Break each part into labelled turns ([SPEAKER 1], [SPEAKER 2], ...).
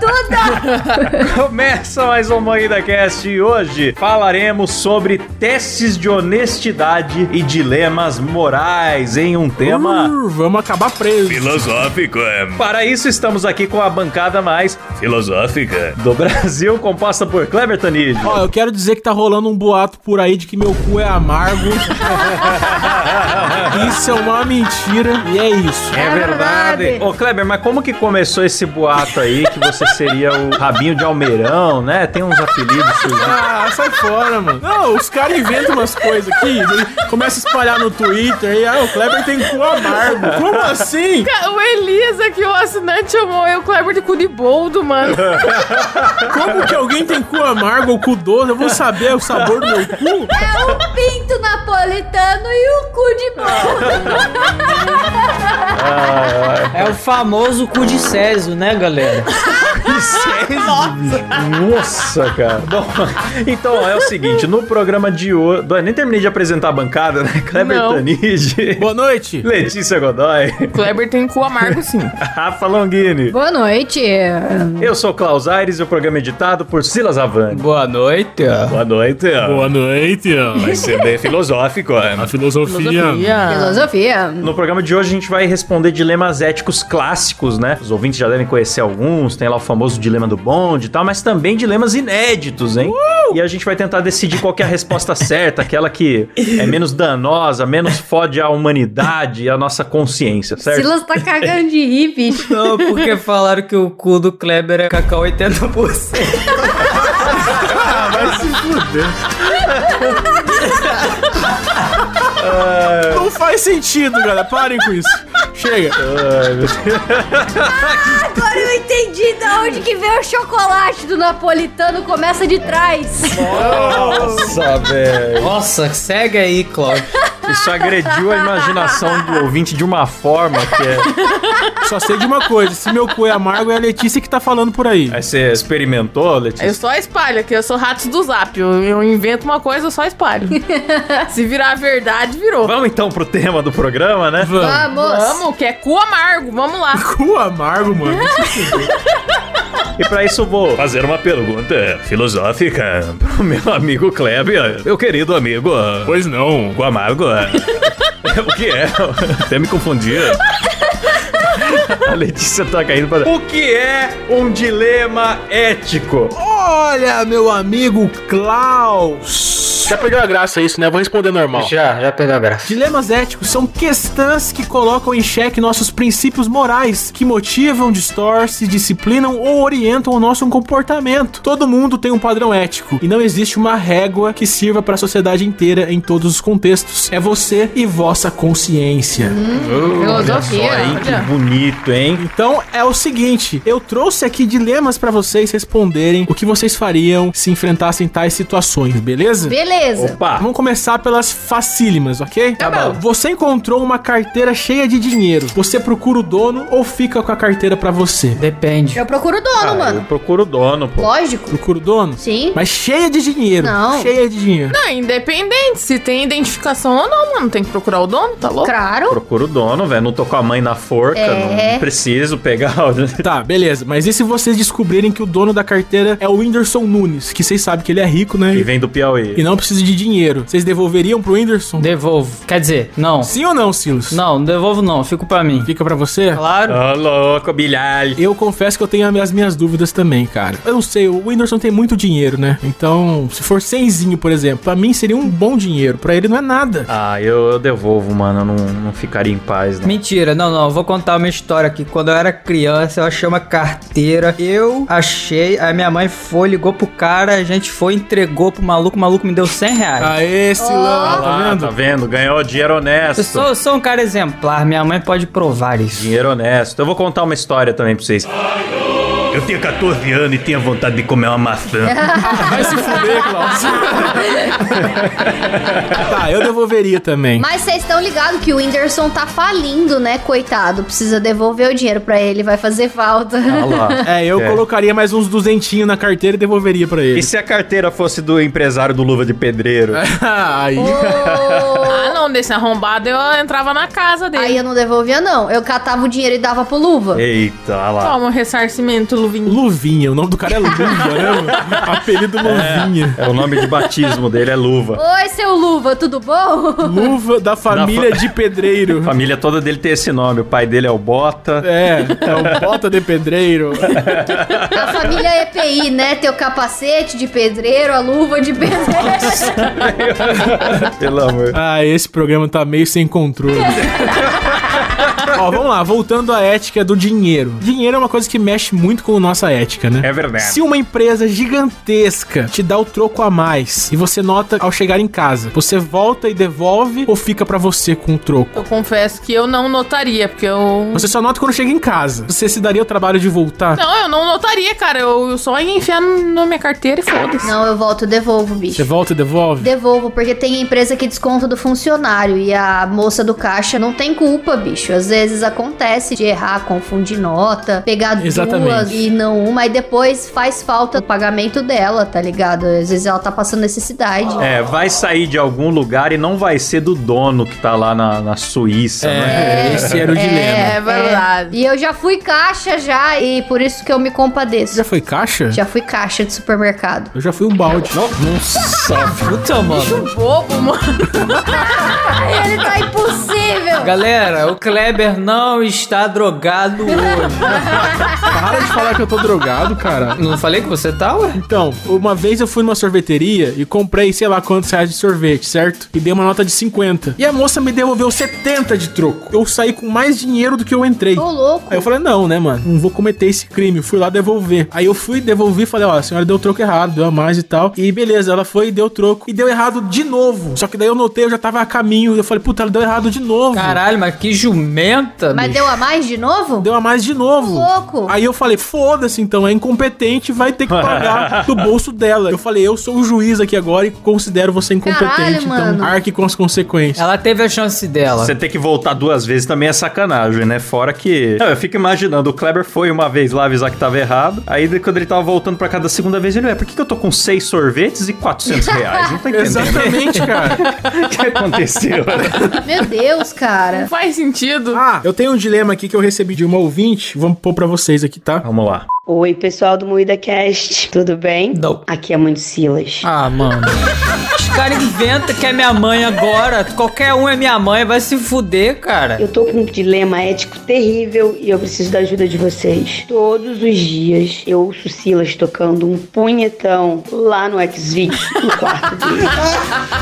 [SPEAKER 1] tudo!
[SPEAKER 2] Começa mais um Moída Cast e hoje falaremos sobre testes de honestidade e dilemas morais em um tema.
[SPEAKER 3] Uh, vamos acabar preso.
[SPEAKER 4] Filosófico, é.
[SPEAKER 2] Para isso, estamos aqui com a bancada mais
[SPEAKER 4] Filosófica.
[SPEAKER 2] do Brasil, composta por Kleber Tanid.
[SPEAKER 3] Ó, eu quero dizer que tá rolando um boato por aí de que meu cu é amargo. isso é uma mentira e é isso.
[SPEAKER 2] É verdade. Ô, Kleber, mas como que começou esse boato aí que você seria o Rabinho de Almeirão, né? Tem uns apelidos surgindo.
[SPEAKER 3] Ah, sai fora, mano. Não, os caras inventam umas coisas aqui, ele começa a espalhar no Twitter e ah, o Kleber tem cu amargo. Como assim?
[SPEAKER 5] O Elias aqui, o assinante, chamou eu, o Kleber de Cudiboldo, mano.
[SPEAKER 3] Como que alguém tem cu amargo ou cu doce? Eu vou saber é o sabor do meu cu?
[SPEAKER 1] É um pinto napolitano e um cu de bolo.
[SPEAKER 6] É o famoso cu de Césio, né, galera?
[SPEAKER 2] Nossa, cara. Bom, então é o seguinte, no programa de hoje... Dó, Nem terminei de apresentar a bancada, né? Kleber
[SPEAKER 5] Não.
[SPEAKER 2] Tanid.
[SPEAKER 3] Boa noite.
[SPEAKER 2] Letícia Godoy,
[SPEAKER 5] Kleber tem cu amargo, sim.
[SPEAKER 2] Rafa Longini.
[SPEAKER 1] Boa noite.
[SPEAKER 2] Eu sou Klaus Aires e o programa é editado por Silas Avani.
[SPEAKER 6] Boa noite.
[SPEAKER 4] Boa noite.
[SPEAKER 7] Boa noite, ó.
[SPEAKER 4] Vai ser bem filosófico, é.
[SPEAKER 7] a filosofia.
[SPEAKER 2] Ah.
[SPEAKER 5] Filosofia.
[SPEAKER 1] Filosofia.
[SPEAKER 2] No programa de hoje a gente vai responder dilemas éticos clássicos, né? Os ouvintes já devem conhecer alguns, tem lá o famoso dilema do bonde e tal, mas também dilemas inéditos, hein? E a gente vai tentar decidir qual que é a resposta certa, aquela que é menos danosa, menos fode a humanidade e a nossa consciência, certo?
[SPEAKER 1] Silas tá cagando de rir, bicho.
[SPEAKER 6] Não, porque falaram que o cu do Kleber é cacau 80%.
[SPEAKER 3] Não faz sentido, galera. Parem com isso. Chega.
[SPEAKER 1] Agora eu entendi da onde que veio o chocolate do napolitano. Começa de trás.
[SPEAKER 2] Nossa, velho.
[SPEAKER 6] Nossa, segue aí, Cláudio.
[SPEAKER 2] Isso agrediu a imaginação do ouvinte de uma forma que é.
[SPEAKER 3] Só sei de uma coisa: se meu cu é amargo, é a Letícia que tá falando por aí.
[SPEAKER 7] É
[SPEAKER 2] Aí você experimentou,
[SPEAKER 5] Eu
[SPEAKER 2] Letícia?
[SPEAKER 5] só espalho aqui, eu sou ratos do zap. Eu, eu invento uma coisa, eu só espalho. Se virar a verdade, virou.
[SPEAKER 2] Vamos então pro tema do programa, né?
[SPEAKER 1] Vamos.
[SPEAKER 5] Vamos, que é cu amargo, vamos lá.
[SPEAKER 3] Cu amargo, mano.
[SPEAKER 2] E pra isso eu vou
[SPEAKER 4] Fazer uma pergunta filosófica pro meu amigo Kleber, meu querido amigo.
[SPEAKER 7] Pois não.
[SPEAKER 4] Com amargo.
[SPEAKER 2] é.
[SPEAKER 4] o que é? Até me confundi.
[SPEAKER 2] A Letícia tá caindo pra. O que é um dilema ético?
[SPEAKER 3] Olha, meu amigo Klaus.
[SPEAKER 7] Já perdeu a graça isso, né? Vou responder normal.
[SPEAKER 6] Já, já pegou a graça.
[SPEAKER 3] Dilemas éticos são questões que colocam em xeque nossos princípios morais, que motivam, distorcem, disciplinam ou orientam o nosso comportamento. Todo mundo tem um padrão ético e não existe uma régua que sirva para a sociedade inteira em todos os contextos. É você e vossa consciência.
[SPEAKER 5] Filosofia.
[SPEAKER 2] Que
[SPEAKER 5] olha.
[SPEAKER 2] bonito, hein?
[SPEAKER 3] Então é o seguinte, eu trouxe aqui dilemas pra vocês responderem o que vocês fariam se enfrentassem tais situações, beleza? Tá,
[SPEAKER 1] Beleza.
[SPEAKER 2] Opa!
[SPEAKER 3] Vamos começar pelas facílimas, ok?
[SPEAKER 5] Tá bom.
[SPEAKER 3] Você encontrou uma carteira cheia de dinheiro. Você procura o dono ou fica com a carteira pra você?
[SPEAKER 6] Depende.
[SPEAKER 1] Eu procuro o dono,
[SPEAKER 2] Eu
[SPEAKER 1] mano.
[SPEAKER 2] procuro o dono, pô.
[SPEAKER 1] Lógico.
[SPEAKER 3] Procura o dono?
[SPEAKER 1] Sim.
[SPEAKER 3] Mas cheia de dinheiro.
[SPEAKER 1] Não.
[SPEAKER 3] Cheia de dinheiro.
[SPEAKER 5] Não, Ah, independente se tem identificação ou não, mano. Tem que procurar o dono, tá louco?
[SPEAKER 1] Claro.
[SPEAKER 2] Procuro o dono, velho. Não tô com a mãe na forca,
[SPEAKER 1] É.
[SPEAKER 2] não preciso pegar. o-
[SPEAKER 3] Tá, beleza. Mas e se vocês descobrirem que o dono da carteira é o Whindersson Nunes? Que vocês sabem que ele é rico, né?
[SPEAKER 2] E vem do
[SPEAKER 3] E
[SPEAKER 2] Piauí.
[SPEAKER 3] não precisa de dinheiro. Vocês devolveriam pro Whindersson?
[SPEAKER 6] Devolvo. Quer dizer, não.
[SPEAKER 3] Sim ou não, Silas?
[SPEAKER 6] Não, não devolvo não. Fico pra mim.
[SPEAKER 3] Fica pra você?
[SPEAKER 6] Claro.
[SPEAKER 2] Ô, louco, bilhar.
[SPEAKER 3] Eu confesso que eu tenho as minhas dúvidas também, cara. Eu não sei, o Whindersson tem muito dinheiro, né? Então, se for 100zinho, por exemplo, pra mim seria um bom dinheiro. Pra ele não é nada.
[SPEAKER 2] Ah, eu, eu devolvo, mano. Eu não, não ficaria em paz, não.
[SPEAKER 6] Mentira, não, não. eu Vou contar uma história aqui. Quando eu era criança, eu achei uma carteira. Eu achei, aí minha mãe foi, ligou pro cara, a gente foi, entregou pro maluco, o maluco me deu 100 reais.
[SPEAKER 3] Aê, Silão,
[SPEAKER 2] Tá
[SPEAKER 3] tá
[SPEAKER 2] lá,
[SPEAKER 3] vendo?
[SPEAKER 2] tá vendo? Ganhou dinheiro honesto.
[SPEAKER 6] Eu sou, eu sou um cara exemplar, minha mãe pode provar isso.
[SPEAKER 2] Dinheiro honesto. Eu vou contar uma história também pra vocês.
[SPEAKER 4] Eu tenho 14 anos e tenho vontade de comer uma maçã.
[SPEAKER 3] Vai se fuder, Klaus. tá, eu devolveria também.
[SPEAKER 1] Mas vocês estão ligados que o Whindersson tá falindo, né? Coitado. Precisa devolver o dinheiro pra ele, vai fazer falta.
[SPEAKER 2] Olha lá.
[SPEAKER 3] É, eu
[SPEAKER 2] É.
[SPEAKER 3] colocaria mais uns duzentinhos na carteira e devolveria pra ele.
[SPEAKER 2] E se a carteira fosse do empresário do Luva de Pedreiro?
[SPEAKER 3] É. Aí.
[SPEAKER 1] Ô,
[SPEAKER 5] Ah, não, desse arrombado eu entrava na casa dele.
[SPEAKER 1] Aí eu não devolvia, não. Eu catava o dinheiro e dava pro luva.
[SPEAKER 2] É. Eita, olha lá.
[SPEAKER 5] Toma um ressarcimento, Luvinho.
[SPEAKER 3] Luvinha, o nome do cara é Luvinha, né? mano? Apelido Luvinha.
[SPEAKER 2] É o nome de batismo dele, é Luva.
[SPEAKER 1] Oi, seu luva, tudo bom?
[SPEAKER 3] Luva da família de pedreiro.
[SPEAKER 2] A família toda dele tem esse nome. O pai dele é o Bota.
[SPEAKER 3] É, é o bota de pedreiro.
[SPEAKER 1] A família EPI, né? Tem o capacete de pedreiro, a luva de pedreiro.
[SPEAKER 2] Pelo amor.
[SPEAKER 3] Ah, esse programa tá meio sem controle. Ó, vamos lá, voltando à ética do dinheiro. Dinheiro é uma coisa que mexe muito com a nossa ética, né?
[SPEAKER 2] É verdade.
[SPEAKER 3] Se uma empresa gigantesca te dá o troco a mais e você nota ao chegar em casa, você volta e devolve ou fica pra você com o troco?
[SPEAKER 5] Eu confesso que eu não notaria, porque eu.
[SPEAKER 3] Você só nota quando chega em casa. Você se daria o trabalho de voltar?
[SPEAKER 5] Não, eu não notaria, cara. Eu, eu só ia enfiar no- na minha carteira e foda-se.
[SPEAKER 1] Não, eu volto, devolvo, bicho.
[SPEAKER 3] Você volta e devolve?
[SPEAKER 1] Devolvo, porque tem empresa que desconta do funcionário e a moça do caixa não tem culpa, bicho. Às vezes acontece de errar, confundir nota, pegar duas
[SPEAKER 3] Exatamente.
[SPEAKER 1] e não uma, e depois faz falta o pagamento dela, tá ligado? Às vezes ela tá passando necessidade.
[SPEAKER 2] É, vai sair de algum lugar e não vai ser do dono que tá lá na, na Suíça, né?
[SPEAKER 3] É, esse era o dilema.
[SPEAKER 5] É verdade.
[SPEAKER 1] E eu já fui caixa já, e por isso que eu me compadeço.
[SPEAKER 3] Já foi caixa?
[SPEAKER 1] Já fui caixa de supermercado.
[SPEAKER 3] Eu já fui um balde.
[SPEAKER 6] Puta, mano.
[SPEAKER 5] É, Bobo, mano.
[SPEAKER 1] Ai, ele tá impossível!
[SPEAKER 6] Galera, o Kleber não está drogado hoje.
[SPEAKER 3] Para de falar que eu tô drogado, cara.
[SPEAKER 6] Não falei que você tá, ué?
[SPEAKER 3] Então, uma vez eu fui numa sorveteria e comprei sei lá quantos reais de sorvete, certo? E dei uma nota de 50. E a moça me devolveu 70 de troco. Eu saí com mais dinheiro do que eu entrei.
[SPEAKER 1] Ô, louco!
[SPEAKER 3] Aí eu falei, não, né, mano? Não vou cometer esse crime. Eu Fui lá devolver. Aí eu fui devolver e falei, ó, a senhora deu o troco errado, deu a mais e tal. E beleza, ela foi e deu o troco. E deu errado de novo. Só que daí eu notei, eu já tava a caminho. Eu falei, puta, ela deu errado de novo.
[SPEAKER 6] Caralho, mas que jumenta,
[SPEAKER 1] Mas
[SPEAKER 6] bicho.
[SPEAKER 1] deu a mais de novo?
[SPEAKER 3] Deu a mais de novo.
[SPEAKER 1] Ô, louco.
[SPEAKER 3] Aí eu falei, foda-se então, é incompetente, vai ter que pagar do bolso dela. Eu falei, eu sou o juiz aqui agora e considero você incompetente.
[SPEAKER 1] Caralho,
[SPEAKER 3] então
[SPEAKER 1] mano.
[SPEAKER 3] arque com as consequências.
[SPEAKER 6] Ela teve a chance dela.
[SPEAKER 2] Você ter que voltar duas vezes também é sacanagem, né? Fora que. Não, eu fico imaginando, o Kleber foi uma vez lá avisar que tava errado. Aí de- quando ele tava voltando pra cá da segunda vez, ele, ué, por que, que eu tô com seis sorvetes e 400 reais? Não tô entendendo né?
[SPEAKER 3] Exatamente, cara.
[SPEAKER 2] o que aconteceu.
[SPEAKER 1] Meu Deus,
[SPEAKER 5] Não
[SPEAKER 1] cara.
[SPEAKER 5] faz sentido.
[SPEAKER 3] Ah, eu tenho um dilema aqui que eu recebi de uma ouvinte. Vamos pôr pra vocês aqui, tá?
[SPEAKER 2] Vamos lá.
[SPEAKER 8] Oi, pessoal do Moída Cast, tudo bem?
[SPEAKER 6] Não.
[SPEAKER 8] Aqui é a mãe do Silas.
[SPEAKER 6] Ah, mano. Os caras inventam que é minha mãe agora. Qualquer um é minha mãe, vai se fuder, cara.
[SPEAKER 8] Eu tô com um dilema ético terrível e eu preciso da ajuda de vocês. Todos os dias eu ouço o Silas tocando um punhetão lá no Xvideos, no quarto dele.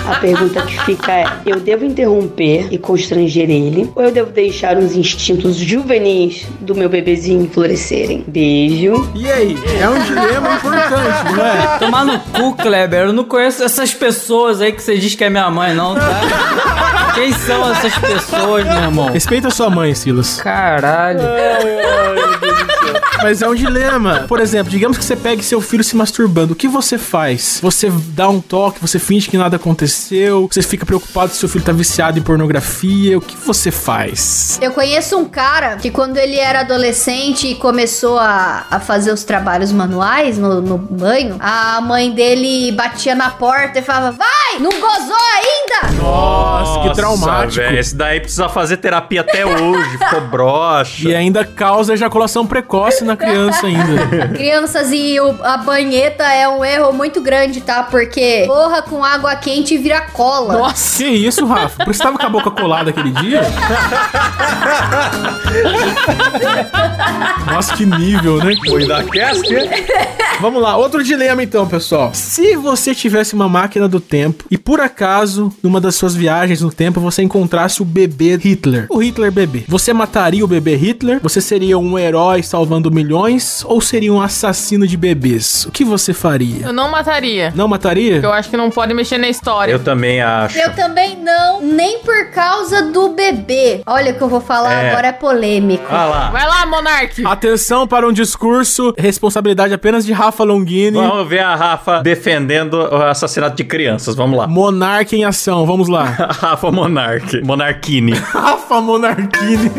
[SPEAKER 8] A pergunta que fica é: eu devo interromper e constranger ele ou eu devo deixar os instintos juvenis do meu bebezinho florescerem? Beijo.
[SPEAKER 3] E aí? É um dilema importante, não é?
[SPEAKER 6] Tomar no cu, Kleber. Eu não conheço essas pessoas aí que você diz que é minha mãe, não, tá? Quem são essas pessoas, meu irmão?
[SPEAKER 3] Respeita sua mãe, Silas.
[SPEAKER 6] Caralho.
[SPEAKER 3] Mas é um dilema. Por exemplo, digamos que você pegue seu filho se masturbando. O que você faz? Você dá um toque, você finge que nada aconteceu, você fica preocupado se seu filho tá viciado em pornografia. O que você faz?
[SPEAKER 1] Eu conheço um cara que quando ele era adolescente e começou a, a fazer os trabalhos manuais no, no banho, a mãe dele batia na porta e falava, vai, não gozou ainda?
[SPEAKER 3] Nossa, que traumático.
[SPEAKER 2] velho, esse daí precisa fazer terapia até hoje, ficou broxa.
[SPEAKER 3] E é- ainda causa ejaculação precoce na criança ainda.
[SPEAKER 1] Crianças e o- a banheta é um erro muito grande, tá? Porque porra com água quente e vira cola.
[SPEAKER 3] que isso, Rafa? Por isso tava com a boca colada aquele dia? Nossa, que nível, né?
[SPEAKER 2] da
[SPEAKER 3] é-
[SPEAKER 2] Casper?
[SPEAKER 3] Vamos lá, outro dilema então, pessoal. Se você tivesse uma máquina do tempo e por acaso, numa das suas viagens no tempo, você encontrasse o bebê Hitler, o Hitler bebê, você mataria o bebê Hitler? Você seria um herói salvando milhões ou seria um assassino de bebês? O que você faria?
[SPEAKER 5] Eu não mataria.
[SPEAKER 3] Não mataria?
[SPEAKER 5] Porque eu acho que não pode mexer na história.
[SPEAKER 2] Eu também acho.
[SPEAKER 1] Eu também não, nem por causa do bebê. Olha o que eu vou falar
[SPEAKER 2] É.
[SPEAKER 1] agora é polêmico.
[SPEAKER 2] Ah lá.
[SPEAKER 5] Vai lá, Monark.
[SPEAKER 3] Atenção para um discurso, responsabilidade apenas de Rafa Longini.
[SPEAKER 2] Vamos ver a Rafa defendendo o assassinato de crianças. Vamos lá.
[SPEAKER 3] Monarca em ação, vamos lá.
[SPEAKER 2] Rafa Monarque. Monarquini.
[SPEAKER 3] Rafa Monarquini.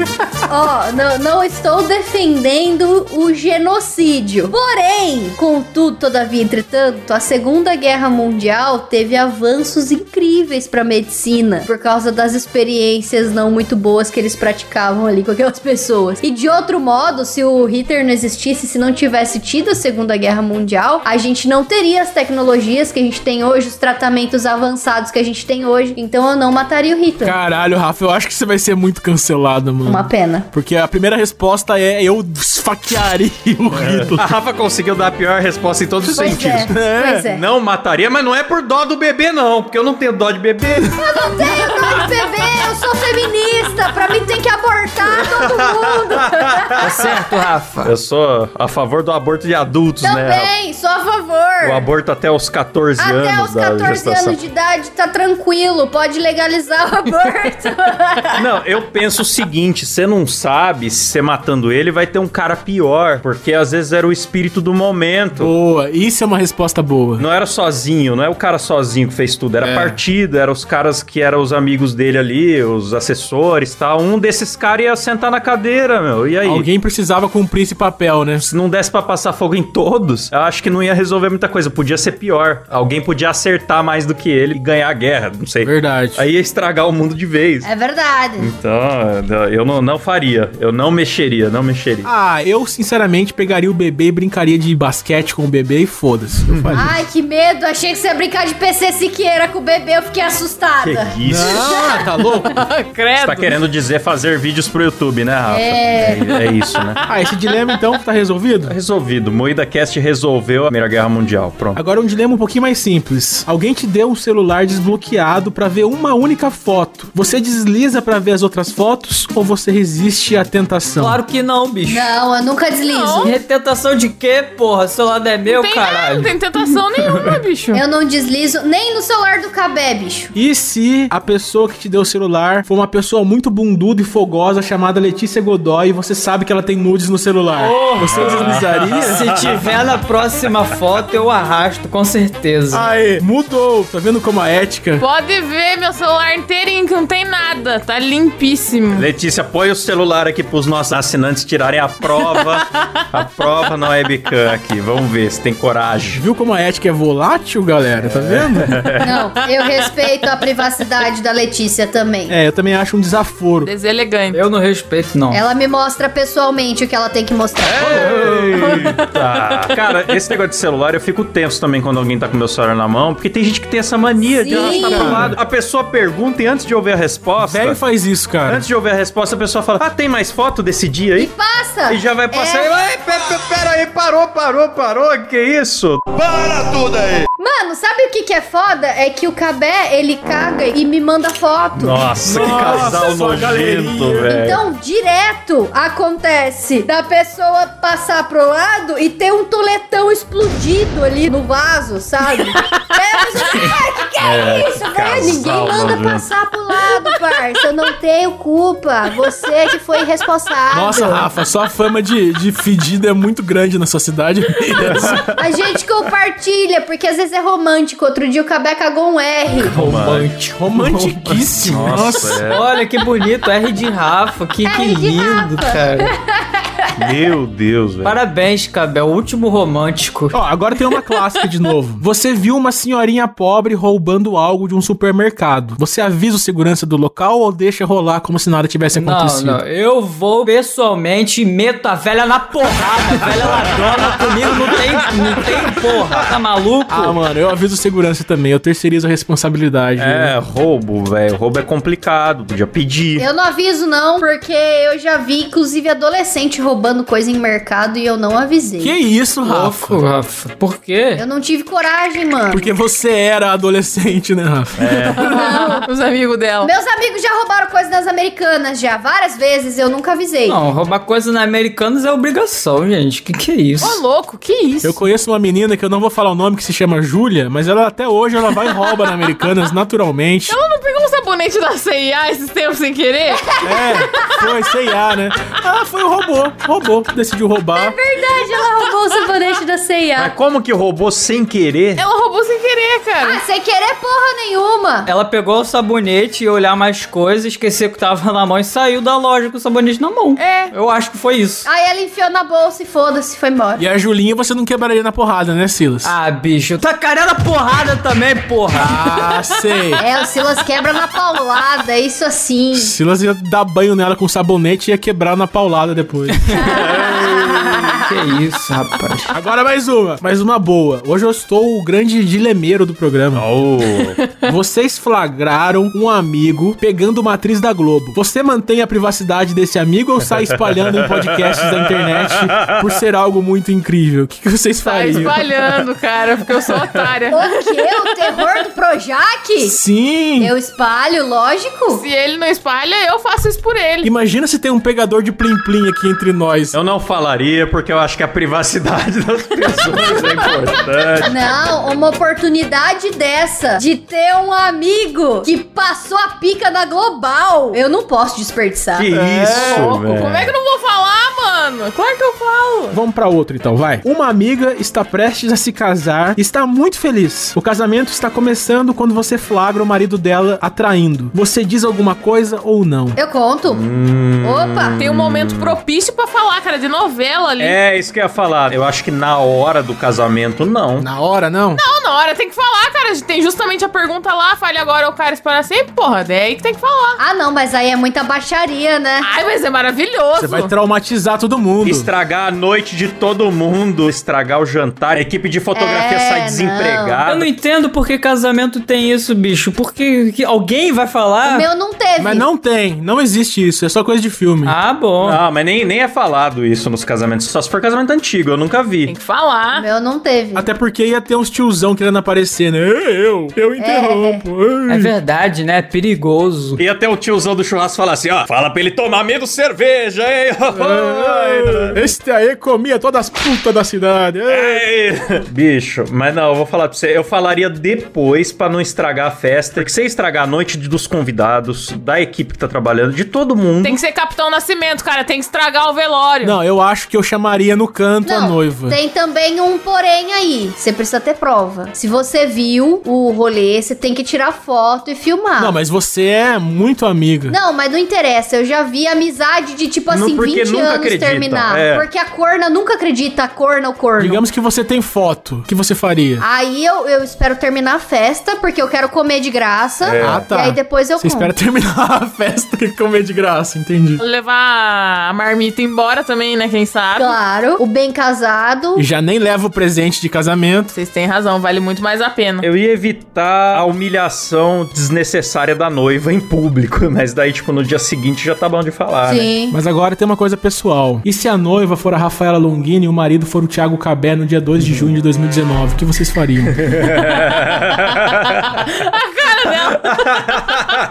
[SPEAKER 1] Ó, não, não estou defendendo o genocídio. Porém, contudo, todavia, entretanto, a Segunda Guerra Mundial teve avanços incríveis pra medicina por causa das experiências não muito boas que eles praticavam ali com aquelas pessoas. E de outro modo, se o Hitler não existisse, se não tivesse tido a Segunda Guerra Mundial, a gente não teria as tecnologias que a gente tem hoje, os tratamentos avançados que a gente tem hoje. Então eu não mataria o Hitler.
[SPEAKER 3] Caralho, Rafa, eu acho que você vai ser muito cancelado, mano.
[SPEAKER 1] Uma pena.
[SPEAKER 3] Porque a primeira resposta é eu esfaquearia o Hitler.
[SPEAKER 2] A Rafa conseguiu dar a pior resposta em todos os
[SPEAKER 1] Pois
[SPEAKER 2] sentidos.
[SPEAKER 1] é, pois é.
[SPEAKER 2] Não mataria, mas não é por dó do bebê, não. Porque eu não tenho dó de bebê.
[SPEAKER 1] Eu tenho dó de bebê, eu sou feminista, pra mim tem que abortar todo
[SPEAKER 2] Né?
[SPEAKER 1] mundo.
[SPEAKER 6] Tá certo, Rafa?
[SPEAKER 2] Eu sou a favor do aborto de adultos, né? Rafa?
[SPEAKER 1] Também, sou a
[SPEAKER 2] O
[SPEAKER 1] favor.
[SPEAKER 2] aborto até os 14
[SPEAKER 1] Até
[SPEAKER 2] anos
[SPEAKER 1] os
[SPEAKER 2] da
[SPEAKER 1] 14
[SPEAKER 2] gestação.
[SPEAKER 1] anos de idade tá tranquilo, pode legalizar o aborto.
[SPEAKER 2] Não, eu penso o seguinte: você não sabe se você matando ele vai ter um cara pior, porque às vezes era o espírito do momento.
[SPEAKER 3] Boa, isso é uma resposta boa.
[SPEAKER 2] Não era sozinho, não é o cara sozinho que fez tudo, era
[SPEAKER 3] É.
[SPEAKER 2] partido, eram os caras que eram os amigos dele ali, os assessores e tal. Um desses caras ia sentar na cadeira, meu. E aí?
[SPEAKER 3] Alguém precisava cumprir esse papel, né?
[SPEAKER 2] Se não desse pra passar fogo em todos, eu acho que não ia resolver muita coisa. Podia ser pior. Alguém podia acertar mais do que ele e ganhar a guerra, não sei.
[SPEAKER 3] Verdade.
[SPEAKER 2] Aí ia estragar o mundo de vez.
[SPEAKER 1] É verdade.
[SPEAKER 2] Então, eu não, não faria. Eu não mexeria, não mexeria.
[SPEAKER 3] Ah, eu sinceramente pegaria o bebê e brincaria de basquete com o bebê e foda-se. Eu faria.
[SPEAKER 1] Ai, que medo, achei que você ia brincar de PC Siqueira com o bebê, eu
[SPEAKER 2] que
[SPEAKER 1] fiquei assustada.
[SPEAKER 2] isso?
[SPEAKER 3] Ah, tá louco?
[SPEAKER 5] Credo.
[SPEAKER 2] Você tá querendo dizer fazer vídeos pro YouTube, né, Rafa?
[SPEAKER 1] É.
[SPEAKER 2] É, é isso, né?
[SPEAKER 3] Ah, esse dilema então tá resolvido?
[SPEAKER 2] Tá resolvido. Moída Cast resolveu a Primeira Guerra Mundial. Pronto.
[SPEAKER 3] Agora um dilema um pouquinho mais simples. Alguém te deu um celular desbloqueado pra ver uma única foto. Você desliza pra ver as outras fotos ou você resiste à tentação?
[SPEAKER 6] Claro que não, bicho.
[SPEAKER 1] Não, eu nunca deslizo.
[SPEAKER 6] Retentação de quê, porra? O celular é meu,
[SPEAKER 5] Não tem nada, não
[SPEAKER 6] caralho.
[SPEAKER 5] tem tentação nenhuma, bicho.
[SPEAKER 1] Eu não deslizo nem no celular do Cabé, bicho.
[SPEAKER 3] E se a pessoa que te deu o celular for uma pessoa muito bunduda e fogosa chamada Letícia Godoy e você sabe que ela tem nudes no celular? Você é um deslizaria?
[SPEAKER 6] Se tiver na próxima foto, eu arrasto, com certeza.
[SPEAKER 3] Aê, mudou. Tá vendo como a ética?
[SPEAKER 5] Pode ver meu celular inteirinho, que não tem nada. Tá limpíssimo.
[SPEAKER 2] Letícia, põe o celular aqui pros nossos assinantes tirarem a prova. a prova na webcam aqui. Vamos ver se tem coragem.
[SPEAKER 3] Viu como a ética é volátil, galera? Tá
[SPEAKER 2] É.
[SPEAKER 3] vendo?
[SPEAKER 1] Não, eu respeito a privacidade da Letícia também.
[SPEAKER 3] É, eu também acho um desaforo.
[SPEAKER 5] Deselegante.
[SPEAKER 6] Eu não respeito, não.
[SPEAKER 1] Ela me mostra pessoalmente o que ela tem que mostrar.
[SPEAKER 2] É. Eita. Cara, esse negócio de celular eu fico tenso também quando alguém tá com meu celular na mão, porque tem gente que tem essa mania de
[SPEAKER 1] Sim.
[SPEAKER 2] arrastar pro lado. A pessoa pergunta e antes de ouvir a resposta.
[SPEAKER 3] Velho faz isso, cara.
[SPEAKER 2] Antes de ouvir a resposta, a pessoa fala: Ah, tem mais foto desse dia aí?
[SPEAKER 1] Passa!
[SPEAKER 2] E já vai passar.
[SPEAKER 1] É.
[SPEAKER 2] Ai, pe- pe- Pera aí, parou, parou, parou. Que isso?
[SPEAKER 1] Mano, sabe o que, que é foda? É que o Cabé, ele caga e me manda foto.
[SPEAKER 2] Nossa, que
[SPEAKER 3] Nossa,
[SPEAKER 2] casal
[SPEAKER 3] sua
[SPEAKER 2] nojento,
[SPEAKER 3] galerinha.
[SPEAKER 2] velho.
[SPEAKER 1] Então, direto acontece da pessoa passar pro lado e ter um toletão explodido ali no vaso, sabe? é, mas, "Ai, que que é isso, velho. Ninguém
[SPEAKER 2] casal
[SPEAKER 1] manda
[SPEAKER 2] nojento.
[SPEAKER 1] passar pro lado, parça. Eu não tenho culpa. Você que foi responsável.
[SPEAKER 3] Nossa, Rafa, sua fama de, de fedida é muito grande na sua cidade. mesmo.
[SPEAKER 1] A gente compartilha, porque às vezes é romântico. Outro dia o Cabé cagou um R.
[SPEAKER 6] Romântico.
[SPEAKER 3] Romantiquíssimo.
[SPEAKER 2] Nossa,
[SPEAKER 6] Olha que bonito, R de Rafa, que, que
[SPEAKER 1] R de
[SPEAKER 6] lindo,
[SPEAKER 1] Rafa.
[SPEAKER 6] cara.
[SPEAKER 2] é. Meu Deus, velho.
[SPEAKER 6] Parabéns, Cabel, o último romântico.
[SPEAKER 3] Ó, agora tem uma clássica de novo. Você viu uma senhorinha pobre roubando algo de um supermercado. Você avisa o segurança do local ou deixa rolar como se nada tivesse
[SPEAKER 6] Não,
[SPEAKER 3] acontecido?
[SPEAKER 6] não, eu vou pessoalmente e meto a velha na porrada. A velha ladrona comigo não tem, não tem porra, tá maluco?
[SPEAKER 3] Ah, mano, eu aviso o segurança também. Eu terceirizo a responsabilidade. né?
[SPEAKER 2] É, roubo, velho. Roubo é complicado. Podia pedir.
[SPEAKER 1] Eu não aviso, não, porque eu já vi, inclusive, adolescente roubando coisa em mercado e eu não avisei.
[SPEAKER 3] Que isso, Rafa?
[SPEAKER 6] Louco, Rafa. Por quê?
[SPEAKER 1] Eu não tive coragem, mano.
[SPEAKER 3] Porque você era adolescente, né, Rafa?
[SPEAKER 5] Os amigos dela.
[SPEAKER 1] Meus amigos já roubaram coisa das americanas já várias vezes, eu nunca avisei.
[SPEAKER 6] Não, roubar coisa na Americanas é obrigação, gente. Que que é
[SPEAKER 5] Ô,
[SPEAKER 6] isso?
[SPEAKER 5] louco, que isso?
[SPEAKER 3] Eu conheço uma menina que eu não vou falar o nome, que se chama Júlia, mas ela até hoje ela vai e rouba na Americanas naturalmente.
[SPEAKER 5] Ela não pegou um sabonete da CIA esses tempos sem querer?
[SPEAKER 3] É, foi, sei lá, né? Ah, foi, roubou, roubou, decidiu roubar.
[SPEAKER 1] Verdade, ela roubou o sabonete da
[SPEAKER 2] Mas
[SPEAKER 1] ceia.
[SPEAKER 2] como que roubou sem querer?
[SPEAKER 5] Ela roubou sem querer, cara.
[SPEAKER 1] Ah, sem querer porra nenhuma.
[SPEAKER 3] É
[SPEAKER 6] Ela pegou o sabonete e olhar mais coisas, esqueceu que tava na mão e saiu da loja com o sabonete na mão.
[SPEAKER 5] É.
[SPEAKER 6] Eu acho que foi isso.
[SPEAKER 1] Aí ela enfiou na bolsa e foda-se, foi embora.
[SPEAKER 3] E a Julinha você não quebraria na porrada, né, Silas?
[SPEAKER 6] Ah, bicho, tá carela porrada também, porra.
[SPEAKER 3] Ah, sei.
[SPEAKER 1] É, o Silas quebra na paulada, isso assim.
[SPEAKER 3] Silas ia dar banho nela com sabonete e ia quebrar na paulada depois.
[SPEAKER 6] que isso, rapaz.
[SPEAKER 3] Agora mais uma, mais uma boa. Hoje eu estou o grande dilemeiro do programa.
[SPEAKER 2] Oh,
[SPEAKER 3] Vocês flagraram um amigo pegando uma atriz da Globo. Você mantém a privacidade desse amigo ou sai espalhando em podcasts da internet por ser algo muito incrível? O que, que vocês
[SPEAKER 5] Tá
[SPEAKER 3] fariam?
[SPEAKER 5] espalhando, cara, porque eu sou otária.
[SPEAKER 1] O quê? O terror do Projac?
[SPEAKER 3] Sim!
[SPEAKER 1] Eu espalho, lógico.
[SPEAKER 5] Se ele não espalha, eu faço isso por ele.
[SPEAKER 3] Imagina se tem um pegador de plim-plim aqui entre nós.
[SPEAKER 2] eu não falaria porque eu acho que a privacidade das pessoas é importante.
[SPEAKER 1] Não, uma oportunidade dessa de ter um amigo que passou a pica na Global. Eu não posso desperdiçar.
[SPEAKER 2] Que
[SPEAKER 5] Ô,
[SPEAKER 2] isso, velho.
[SPEAKER 5] Tá Como é que eu não vou falar, mano? Claro que eu falo.
[SPEAKER 3] Vamos pra outro então, vai. Uma amiga está prestes a se casar e está muito feliz. O casamento está começando quando você flagra o marido dela atraindo. Você diz alguma coisa ou não?
[SPEAKER 1] Eu conto.
[SPEAKER 2] Hum.
[SPEAKER 1] Opa,
[SPEAKER 5] Tem um momento propício pra falar, cara, de novela ali.
[SPEAKER 2] É, isso que eu ia falar. Eu acho que na hora do casamento, não.
[SPEAKER 3] Na hora, não?
[SPEAKER 5] Não, na hora tem que falar, cara. Tem justamente a pergunta lá, fale agora ou cara para sempre. Porra, é aí que tem que falar.
[SPEAKER 1] Ah, não, mas aí é muita baixaria, né?
[SPEAKER 5] Ai, mas é maravilhoso.
[SPEAKER 3] Você vai traumatizar todo mundo.
[SPEAKER 2] Estragar a noite de todo mundo, estragar o jantar, a equipe de fotografia
[SPEAKER 1] É,
[SPEAKER 2] sai
[SPEAKER 1] não.
[SPEAKER 2] desempregada.
[SPEAKER 6] Eu não entendo por que casamento tem isso, bicho. Porque que alguém vai
[SPEAKER 1] O
[SPEAKER 6] falar?
[SPEAKER 2] Ah,
[SPEAKER 1] meu não teve.
[SPEAKER 3] Mas não tem, não existe isso, é só coisa de filme.
[SPEAKER 6] Ah, bom.
[SPEAKER 2] Ah, mas nem, nem é falado isso nos casamentos. Só se for casamento antigo, eu nunca
[SPEAKER 5] Tem
[SPEAKER 2] vi.
[SPEAKER 5] que falar.
[SPEAKER 1] O meu não teve.
[SPEAKER 3] Até porque ia ter uns tiozão querendo aparecer, né? Ei, Eu, eu interrompo.
[SPEAKER 6] É
[SPEAKER 3] ei.
[SPEAKER 6] verdade, né? É perigoso.
[SPEAKER 2] E até o tiozão do churrasco falar assim, ó, fala pra ele tomar menos cerveja, hein?
[SPEAKER 3] Este aí comia todas as putas da cidade. ei.
[SPEAKER 2] Ei. Bicho, mas não, eu vou falar pra você. Eu falaria depois pra não estragar a festa. Porque você estragar a noite de- dos convidados, da equipe que tá trabalhando, de todo mundo.
[SPEAKER 5] Tem que ser Capitão Nascimento, cara. Tem que estragar o velório.
[SPEAKER 3] Não, eu acho que eu chamaria no canto a noiva.
[SPEAKER 1] tem também um porém aí. Você precisa ter prova. Se você viu o rolê, você tem que tirar foto e filmar.
[SPEAKER 3] Não, mas você é muito amiga.
[SPEAKER 1] Não, mas não interessa. Eu já vi amizade de tipo
[SPEAKER 2] Não,
[SPEAKER 1] assim,
[SPEAKER 2] porque
[SPEAKER 1] 20
[SPEAKER 2] nunca
[SPEAKER 1] anos
[SPEAKER 2] acredita,
[SPEAKER 1] terminar.
[SPEAKER 2] é.
[SPEAKER 1] Porque a corna nunca acredita, a corna ou corno.
[SPEAKER 3] Digamos que você tem foto. O que você faria?
[SPEAKER 1] Aí eu, eu espero terminar a festa, porque eu quero comer de graça. E aí depois eu
[SPEAKER 3] Você
[SPEAKER 1] como.
[SPEAKER 3] espera terminar a festa e comer de graça, entendi.
[SPEAKER 5] Levar a marmita embora também, né? Quem sabe?
[SPEAKER 1] Claro, o bem casado.
[SPEAKER 3] E já nem leva o presente de casamento.
[SPEAKER 5] Vocês têm razão, vale muito mais a pena.
[SPEAKER 2] Eu ia evitar a humilhação desnecessária da noiva em público, mas daí, tipo, no dia seguinte já tá bom de falar, né?
[SPEAKER 1] Sim.
[SPEAKER 3] Mas agora tem uma coisa pessoal. E se a noiva for a Rafaela Longini e o marido for o Thiago Cabé no dia 2 de junho de 2019, o que vocês fariam?
[SPEAKER 5] a cara cara dela.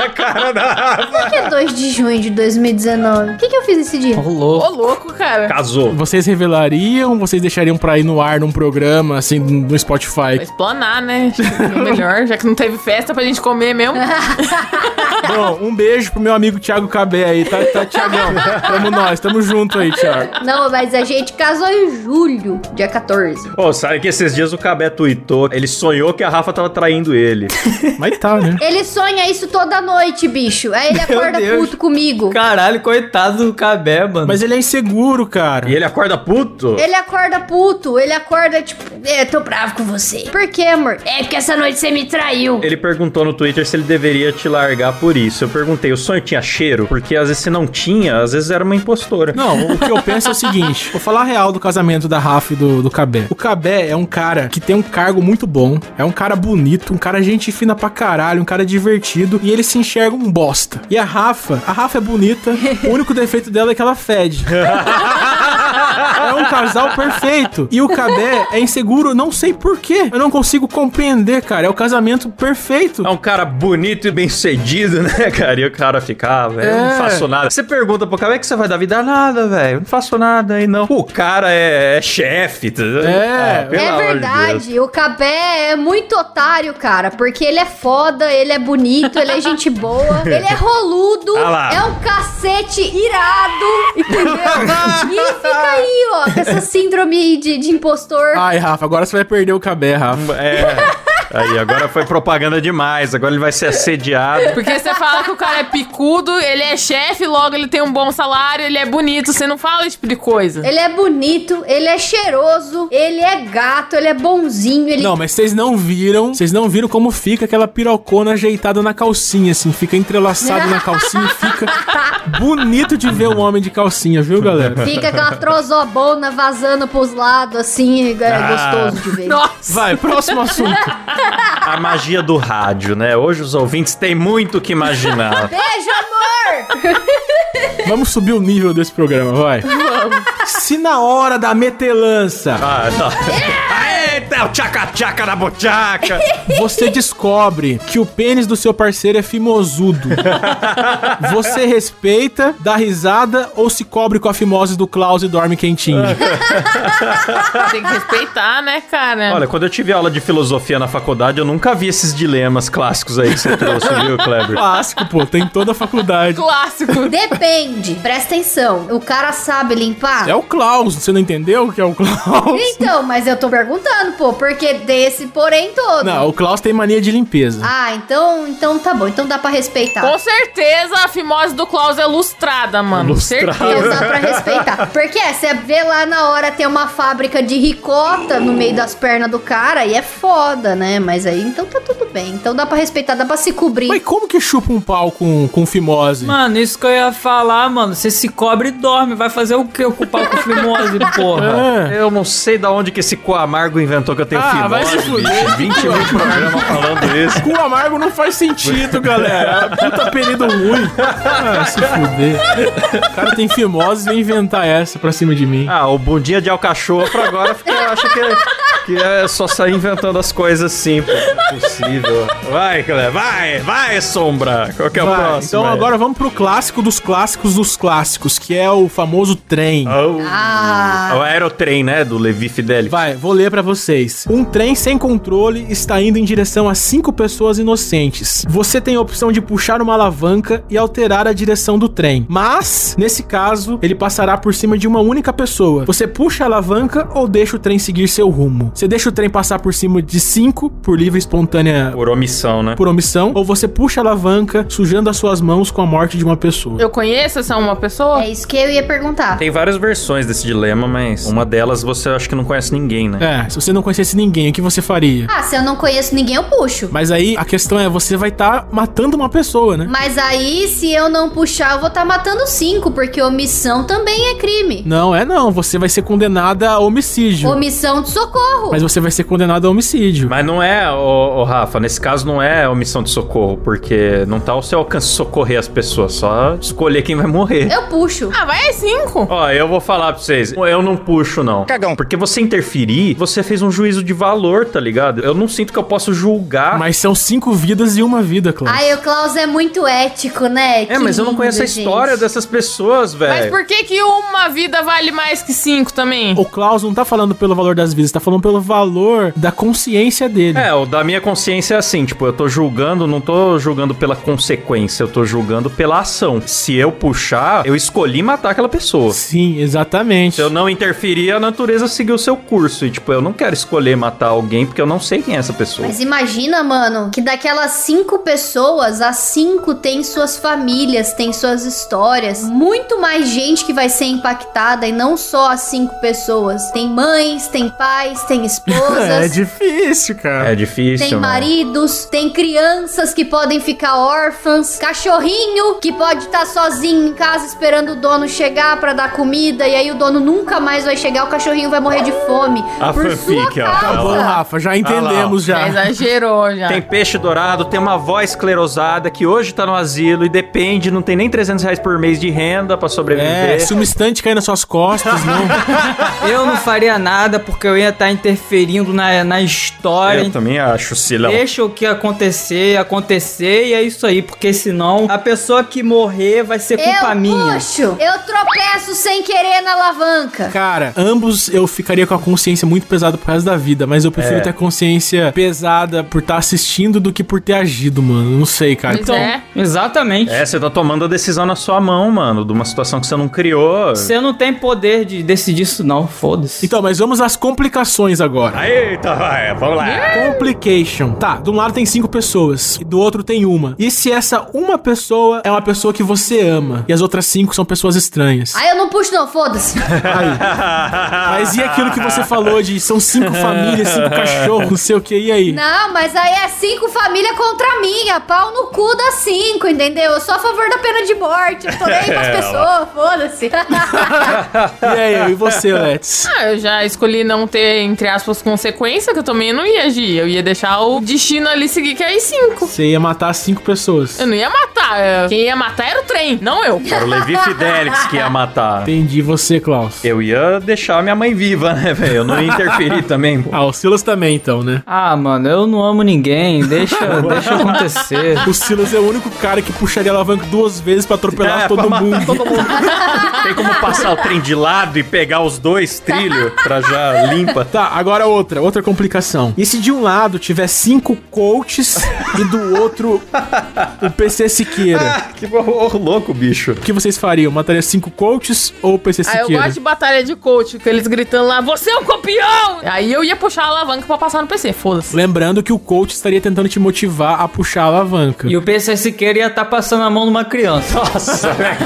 [SPEAKER 2] Cara da...
[SPEAKER 1] Por que é 2 de junho de 2019? O que, que eu fiz esse dia?
[SPEAKER 6] Rolou.
[SPEAKER 5] Ô, louco, cara.
[SPEAKER 2] Casou.
[SPEAKER 3] Vocês revelariam ou vocês deixariam pra ir no ar num programa, assim, no
[SPEAKER 5] Pra
[SPEAKER 3] Spotify?
[SPEAKER 5] explanar, né? Acho que é Melhor, já que não teve festa pra gente comer mesmo.
[SPEAKER 3] Bom, um beijo pro meu amigo Thiago Cabé aí, tá, tá Thiagão? tamo nós, tamo junto aí, Thiago.
[SPEAKER 1] Não, mas a gente casou em julho, dia 14.
[SPEAKER 2] Pô, sabe que esses dias o Cabé tweetou, ele sonhou que a Rafa tava traindo ele.
[SPEAKER 3] Mas tá, né?
[SPEAKER 1] Ele sonha isso toda noite, bicho. Aí ele
[SPEAKER 6] Meu
[SPEAKER 1] acorda
[SPEAKER 6] Deus.
[SPEAKER 1] puto comigo.
[SPEAKER 6] Caralho, coitado do Cabé, mano.
[SPEAKER 3] Mas ele é inseguro, cara.
[SPEAKER 2] E ele acorda puto?
[SPEAKER 1] Ele acorda puto, ele acorda tipo, é, tô bravo com você. Por quê, amor? É porque essa noite você me traiu.
[SPEAKER 2] Ele perguntou no Twitter se ele deveria te largar por isso. Eu perguntei, o sonho tinha cheiro? Porque às vezes se não tinha, às vezes era uma impostora.
[SPEAKER 3] Não, o que eu penso é o seguinte: vou falar a real do casamento da Rafa e do, do Cabé. O Cabé é um cara que tem um cargo muito bom, é um cara bonito, um cara gente fina pra caralho, um cara divertido, e ele se enxerga um bosta. E a Rafa, a Rafa é bonita, o único defeito dela é que ela fede. É um casal perfeito. E o Cabé é inseguro, não sei porquê. Eu não consigo compreender, cara. É o casamento perfeito.
[SPEAKER 2] É um cara bonito e bem sucedido, né, cara? E o cara ficava, velho, eu não
[SPEAKER 3] É.
[SPEAKER 2] faço nada. Você pergunta pro cara, "Como é que você vai dar vida? Nada, velho, eu não faço nada aí, não. O cara é, é chefe, tá?
[SPEAKER 3] É.
[SPEAKER 2] pelo
[SPEAKER 1] é
[SPEAKER 2] amor de Deus.
[SPEAKER 1] verdade, o Cabé é muito otário, cara, porque ele é foda, ele é bonito, ele é gente boa, ele é roludo,
[SPEAKER 2] Ah lá.
[SPEAKER 1] é um cacete irado, entendeu? e fica aí, ó, com essa síndrome aí de, de impostor.
[SPEAKER 2] Ah.
[SPEAKER 3] Ai, Rafa, agora você vai perder o Cabé, Rafa.
[SPEAKER 2] É. Aí, agora foi propaganda demais, agora ele vai ser assediado.
[SPEAKER 5] Porque você fala que o cara é picudo, ele é chefe, logo ele tem um bom salário, ele é bonito. Você não fala esse tipo de coisa.
[SPEAKER 1] Ele é bonito, ele é cheiroso, ele é gato, ele é bonzinho, ele
[SPEAKER 3] Não, mas vocês não viram, vocês não viram como fica aquela pirocona ajeitada na calcinha, assim, fica entrelaçada na calcinha e fica bonito de ver um homem de calcinha, viu, galera?
[SPEAKER 1] Fica aquela trozobona vazando pros lados, assim, é
[SPEAKER 2] Ah.
[SPEAKER 1] gostoso de ver.
[SPEAKER 5] Nossa.
[SPEAKER 3] Vai, próximo assunto.
[SPEAKER 2] A magia do rádio, né? Hoje os ouvintes têm muito o que imaginar.
[SPEAKER 1] Beijo, amor!
[SPEAKER 3] Vamos subir o nível desse programa, vai. Se na hora da metelança
[SPEAKER 2] Ah, não. Eita, o tchaca-tchaca na bochaca!
[SPEAKER 3] você descobre que o pênis do seu parceiro é fimosudo, você respeita, dá risada ou se cobre com a fimose do Klaus e dorme quentinho?
[SPEAKER 5] Tem que respeitar, né, cara?
[SPEAKER 2] Olha, quando eu tive aula de filosofia na faculdade, eu nunca vi esses dilemas clássicos aí que você trouxe, viu, Kleber?
[SPEAKER 3] Clássico, pô, tem toda a faculdade.
[SPEAKER 5] Clássico.
[SPEAKER 1] Depende, presta atenção. O cara sabe limpar?
[SPEAKER 3] É o Klaus, você não entendeu o que é o Klaus?
[SPEAKER 1] Então, mas eu tô perguntando, pô, porque desse porém todo.
[SPEAKER 3] Não, o Klaus tem mania de limpeza.
[SPEAKER 1] Ah, então, então tá bom, então dá pra respeitar.
[SPEAKER 5] Com certeza a fimose do Klaus é lustrada, mano.
[SPEAKER 2] Lustrada.
[SPEAKER 1] Então
[SPEAKER 5] Certeza.
[SPEAKER 1] dá pra respeitar. Porque é, você vê lá na hora tem uma fábrica de ricota no meio das pernas do cara e é foda, né? Mas aí então tá tudo bem. Então dá pra respeitar, dá pra se cobrir.
[SPEAKER 3] Mas como que chupa um pau com, com fimose?
[SPEAKER 6] Mano, isso que eu ia falar, mano. Você se cobre e dorme. Vai fazer o que ocupar com fimose, porra?
[SPEAKER 3] É.
[SPEAKER 2] Eu não sei da onde que esse cu amargo inventou que eu tenho
[SPEAKER 3] Ah, vai se
[SPEAKER 2] fimose, bicho.
[SPEAKER 3] fuder.
[SPEAKER 2] 20 mil programas falando isso.
[SPEAKER 3] Cu amargo não faz sentido, galera. É um Puta apelido ruim. Ah, se fuder. O cara tem fimose e vem inventar essa pra cima de mim.
[SPEAKER 2] Ah, o bundinha de alcachofra agora fica, acha que, que é só sair inventando as coisas assim, pô. Não é possível. Vai, Kleber, vai, vai, Sombra. Qual que é o
[SPEAKER 3] Vai,
[SPEAKER 2] próximo?
[SPEAKER 3] então
[SPEAKER 2] aí?
[SPEAKER 3] agora vamos pro clássico dos clássicos dos clássicos, que é o famoso trem.
[SPEAKER 2] Ah, o-
[SPEAKER 1] Ah,
[SPEAKER 2] O aerotrem, né, do Levi Fidelli.
[SPEAKER 3] Vai, vou ler pra vocês. Um trem sem controle está indo em direção a cinco pessoas inocentes. Você tem a opção de puxar uma alavanca e alterar a direção do trem. Mas, nesse caso, ele passará por cima de uma única pessoa. Você puxa a alavanca ou deixa o trem seguir seu rumo. Você deixa o trem passar por cima de cinco por livre e espontânea
[SPEAKER 2] Por omissão, né?
[SPEAKER 3] por omissão, ou você puxa a alavanca, sujando as suas mãos com a morte de uma pessoa.
[SPEAKER 5] Eu conheço essa uma pessoa?
[SPEAKER 1] é isso que eu ia perguntar.
[SPEAKER 2] Tem várias versões desse dilema, mas uma delas você acho que não conhece ninguém, né?
[SPEAKER 3] É, se você não conhecesse ninguém, o que você faria?
[SPEAKER 1] Ah, se eu não conheço ninguém, eu puxo.
[SPEAKER 3] Mas aí a questão é, você vai estar matando uma pessoa, né?
[SPEAKER 1] Mas aí, se eu não puxar, eu vou estar matando cinco, porque omissão também é crime.
[SPEAKER 3] Não, é não. Você vai ser condenada a homicídio.
[SPEAKER 1] Omissão de socorro. Não!
[SPEAKER 3] Mas você vai ser condenado a homicídio.
[SPEAKER 2] Mas não é, ô, ô, Rafa, nesse caso não é omissão de socorro, porque não tá ao seu alcance socorrer as pessoas, só escolher quem vai morrer.
[SPEAKER 1] Eu puxo.
[SPEAKER 5] Ah, vai é cinco.
[SPEAKER 2] Ó, eu vou falar pra vocês, eu não puxo, não.
[SPEAKER 4] Cagão.
[SPEAKER 2] Porque você interferir, você fez um juízo de valor, tá ligado? Eu não sinto que eu posso julgar.
[SPEAKER 3] Mas são cinco vidas e uma vida, Klaus.
[SPEAKER 1] Ai, o Klaus é muito ético, né?
[SPEAKER 2] é, mas eu não conheço a história dessas pessoas,
[SPEAKER 5] Mas
[SPEAKER 2] velho.
[SPEAKER 5] por que que uma vida vale mais que cinco também?
[SPEAKER 3] O Klaus não tá falando pelo valor das vidas, tá falando pelo valor da consciência dele.
[SPEAKER 2] É, o da minha consciência é assim, tipo, eu tô julgando, não tô julgando pela consequência, eu tô julgando pela ação. Se eu puxar, eu escolhi matar aquela pessoa.
[SPEAKER 3] Sim, exatamente.
[SPEAKER 2] Se eu não interferir, a natureza seguiu o seu curso. E, tipo, eu não quero escolher matar alguém porque eu não sei quem é essa pessoa.
[SPEAKER 1] Mas imagina, mano, que daquelas cinco pessoas, as cinco têm suas famílias, têm suas histórias. Muito mais gente que vai ser impactada e não só as cinco pessoas. Tem mães, tem pais, tem
[SPEAKER 3] É
[SPEAKER 1] esposas.
[SPEAKER 3] difícil, cara.
[SPEAKER 2] É difícil,
[SPEAKER 1] Tem
[SPEAKER 2] mano.
[SPEAKER 1] maridos, tem crianças que podem ficar órfãs, cachorrinho que pode estar sozinho em casa esperando o dono chegar pra dar comida e aí o dono nunca mais vai chegar, o cachorrinho vai morrer de fome.
[SPEAKER 2] A
[SPEAKER 1] por sua
[SPEAKER 2] fanfic, Ah, ó.
[SPEAKER 1] causa.
[SPEAKER 3] Tá bom, Rafa, já entendemos já.
[SPEAKER 5] Já exagerou já.
[SPEAKER 2] Tem peixe dourado, tem uma avó esclerosada que hoje tá no asilo e depende, não tem nem 300 reais por mês de renda pra sobreviver.
[SPEAKER 3] É, se um instante cair nas suas costas, não.
[SPEAKER 6] Eu não faria nada porque eu ia estar interferindo na, na história.
[SPEAKER 2] Eu também acho, Silão.
[SPEAKER 6] Deixa o que acontecer, acontecer e é isso aí, porque senão a pessoa que morrer vai ser culpa minha.
[SPEAKER 1] Eu puxo, eu tropeço sem querer na alavanca.
[SPEAKER 3] Cara, ambos eu ficaria com a consciência muito pesada pro resto da vida, mas eu prefiro
[SPEAKER 2] É.
[SPEAKER 3] ter a consciência pesada por estar assistindo do que por ter agido, mano. Não sei, cara.
[SPEAKER 5] Então, é.
[SPEAKER 6] Exatamente.
[SPEAKER 2] É, você tá tomando a decisão na sua mão, mano, de uma situação que você não criou.
[SPEAKER 6] Você não tem poder de decidir isso, não. Foda-se.
[SPEAKER 3] Então, mas vamos às complicações agora.
[SPEAKER 2] Eita, vai, vamos lá.
[SPEAKER 3] Complication. Tá, de um lado tem cinco pessoas e do outro tem uma. E se essa uma pessoa é uma pessoa que você ama e as outras cinco são pessoas estranhas?
[SPEAKER 1] Aí eu não puxo não, foda-se.
[SPEAKER 3] Mas e aquilo que você falou de são cinco famílias, cinco cachorros, não sei o que, e aí?
[SPEAKER 1] Não, mas aí é cinco família contra a minha. Pau no cu das cinco, entendeu? Eu sou a favor da pena de morte. Eu tô nem aí com
[SPEAKER 2] É,
[SPEAKER 1] as pessoas, foda-se.
[SPEAKER 3] E aí, e você, Let's?
[SPEAKER 5] Ah, eu já escolhi não ter, entre aspas, consequência, que eu também não ia agir. Eu ia deixar o destino ali seguir, que é aí cinco.
[SPEAKER 3] Você ia matar cinco pessoas.
[SPEAKER 5] Eu não ia matar. eu- Quem ia matar era o trem, não eu.
[SPEAKER 2] Era o Levi Fidelix que ia matar.
[SPEAKER 3] Entendi você, Klaus.
[SPEAKER 2] Eu ia deixar minha mãe viva, né, velho? Eu não ia interferir também, pô.
[SPEAKER 3] Ah, o Silas também, então, né?
[SPEAKER 6] Ah, mano, eu não amo ninguém. Deixa, deixa acontecer.
[SPEAKER 3] O Silas é o único cara que puxaria a alavanca duas vezes pra atropelar
[SPEAKER 2] É,
[SPEAKER 3] todo
[SPEAKER 2] pra matar
[SPEAKER 3] mundo.
[SPEAKER 2] todo mundo. Tem como passar o trem de lado e pegar os dois trilhos pra já limpa.
[SPEAKER 3] Tá, agora outra, outra complicação. E se de um lado tiver cinco coaches e do outro o PC Siqueira?
[SPEAKER 2] Que horror louco, bicho.
[SPEAKER 3] O que vocês fariam? Mataria cinco coaches ou o PC
[SPEAKER 5] Aí Ah, eu
[SPEAKER 3] Siqueira?
[SPEAKER 5] gosto de batalha de coach, que eles gritando lá, você é um copião! Aí eu ia puxar a alavanca pra passar no PC, foda-se.
[SPEAKER 3] Lembrando que o coach estaria tentando te motivar a puxar a alavanca.
[SPEAKER 6] E o PC Siqueira ia estar passando a mão numa criança.
[SPEAKER 2] Nossa, velho.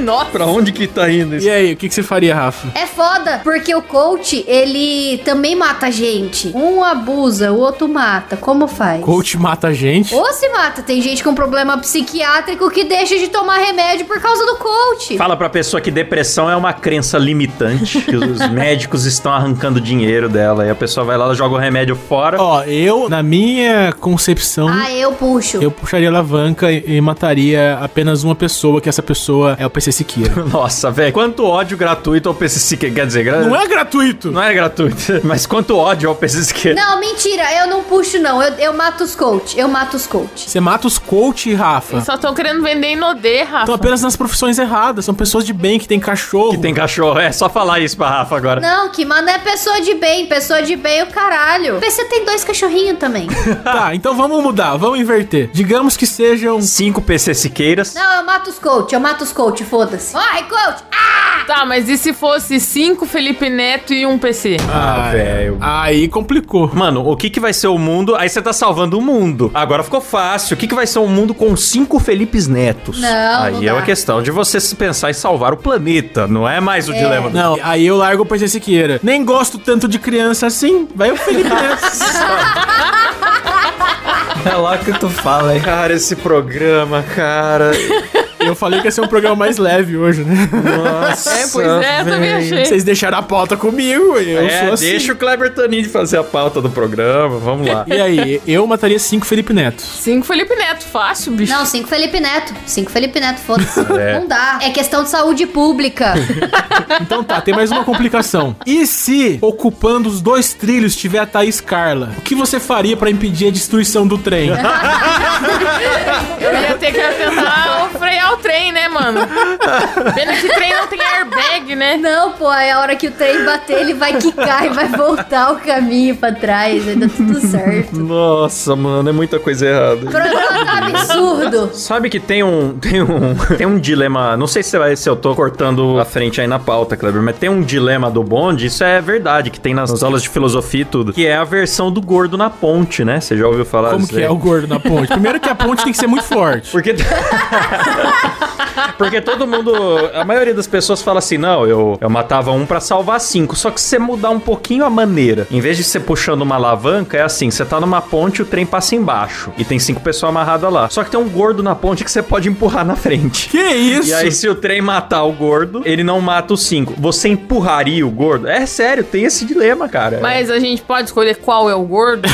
[SPEAKER 5] Nossa,
[SPEAKER 2] Pra onde que tá indo isso?
[SPEAKER 3] E aí, o que, que você faria, Rafa?
[SPEAKER 1] É foda, porque o coach, ele também mata gente. Um abusa, o outro mata. Como faz?
[SPEAKER 3] Coach mata a gente?
[SPEAKER 1] Ou se mata. Tem gente com problema psiquiátrico que deixa de tomar remédio por causa do coach.
[SPEAKER 2] Fala pra pessoa que depressão é uma crença limitante, que os médicos estão arrancando dinheiro dela. E a pessoa vai lá, ela joga o remédio fora.
[SPEAKER 3] Ó, eu, na minha concepção,
[SPEAKER 1] Ah, eu puxo.
[SPEAKER 3] um. eu puxaria a alavanca e, e mataria apenas uma pessoa, que essa pessoa é o PC Siqueira.
[SPEAKER 2] Nossa, velho, quanto ódio gratuito ao PCC que quer dizer? gra-
[SPEAKER 3] Não é gratuito!
[SPEAKER 2] Não é gratuito, mas quanto ódio ao PCC que
[SPEAKER 1] Não, mentira, eu não puxo, não. Eu, eu mato os coach. Eu mato os coach.
[SPEAKER 3] Você mata os coach, Rafa.
[SPEAKER 5] eles só estão querendo vender Inodê, Rafa.
[SPEAKER 3] Estão apenas nas profissões erradas. São pessoas de bem que tem cachorro.
[SPEAKER 2] que tem cachorro. É só falar isso pra Rafa agora.
[SPEAKER 1] Não, que mano é pessoa de bem. Pessoa de bem é o caralho. Vê se tem dois cachorrinhos também.
[SPEAKER 3] Tá, então vamos mudar, vamos inverter. Digamos que sejam.
[SPEAKER 2] Cinco PC Siqueiras.
[SPEAKER 1] não, eu mato os coach. Eu mato os coach, foda-se. Morre, coach!
[SPEAKER 5] Tá, mas e se fosse cinco Felipe Neto e um PC?
[SPEAKER 2] Ah, velho.
[SPEAKER 3] Aí complicou.
[SPEAKER 2] Mano, o que que vai ser o mundo? Aí você tá salvando o mundo. Agora ficou fácil. O que que vai ser o mundo com cinco Felipes Netos?
[SPEAKER 1] Não,
[SPEAKER 2] Aí
[SPEAKER 1] não
[SPEAKER 2] é
[SPEAKER 1] dá.
[SPEAKER 2] uma questão de você se pensar em salvar o planeta. Não é mais o dilema do
[SPEAKER 3] Não, aí eu largo o PC Siqueira. Nem gosto tanto de criança assim. Vai o Felipe Neto.
[SPEAKER 6] É lá que tu fala, hein?
[SPEAKER 2] Cara, esse programa, cara.
[SPEAKER 3] Eu falei que ia ser um programa mais leve hoje, né?
[SPEAKER 2] Nossa,
[SPEAKER 5] É, pois é, eu também
[SPEAKER 2] velho.
[SPEAKER 5] achei.
[SPEAKER 3] Vocês deixaram a pauta comigo, eu
[SPEAKER 2] É,
[SPEAKER 3] sou assim.
[SPEAKER 2] deixa o Kleber Tanid fazer a pauta do programa, vamos lá.
[SPEAKER 3] E aí, eu mataria cinco Felipe Netos.
[SPEAKER 5] Cinco Felipe Neto, fácil, bicho.
[SPEAKER 1] Não, cinco Felipe Neto. Cinco Felipe Neto, foda-se.
[SPEAKER 2] É.
[SPEAKER 1] Não dá. É questão de saúde pública.
[SPEAKER 3] Então tá, tem mais uma complicação. E se, ocupando os dois trilhos, tiver a Thaís Carla? O que você faria pra impedir a destruição do trem?
[SPEAKER 5] Eu ia ter que tentar frear o trem, né, mano? Pena que trem não tem airbag, né?
[SPEAKER 1] Não, pô, é a hora que o trem bater, ele vai quicar e vai voltar o caminho pra trás. Vai dar tudo certo.
[SPEAKER 2] Nossa, mano, é muita coisa errada.
[SPEAKER 1] O programa tá absurdo.
[SPEAKER 2] Sabe que tem um, tem um, tem um dilema, não sei se, vai, se eu tô cortando a frente aí na pauta, Kleber, mas tem um dilema do bonde, isso é verdade, que tem nas, nas aulas de filosofia e tudo, que é a versão do gordo na ponte, né? Você já ouviu falar
[SPEAKER 3] Como
[SPEAKER 2] disso
[SPEAKER 3] que
[SPEAKER 2] aí?
[SPEAKER 3] é o gordo na ponte? Primeiro que a ponte tem que ser muito forte.
[SPEAKER 2] Porque... Porque todo mundo, a maioria das pessoas fala assim, não, eu, eu matava um pra salvar cinco, só que se você mudar um pouquinho a maneira, em vez de você puxando uma alavanca, é assim, você tá numa ponte, o trem passa embaixo, e tem cinco pessoas amarradas lá, só que tem um gordo na ponte que você pode empurrar na frente.
[SPEAKER 3] Que isso?
[SPEAKER 2] E aí, se o trem matar o gordo, ele não mata os cinco. Você empurraria o gordo? É sério, tem esse dilema, cara.
[SPEAKER 5] Mas a gente pode escolher qual é o gordo.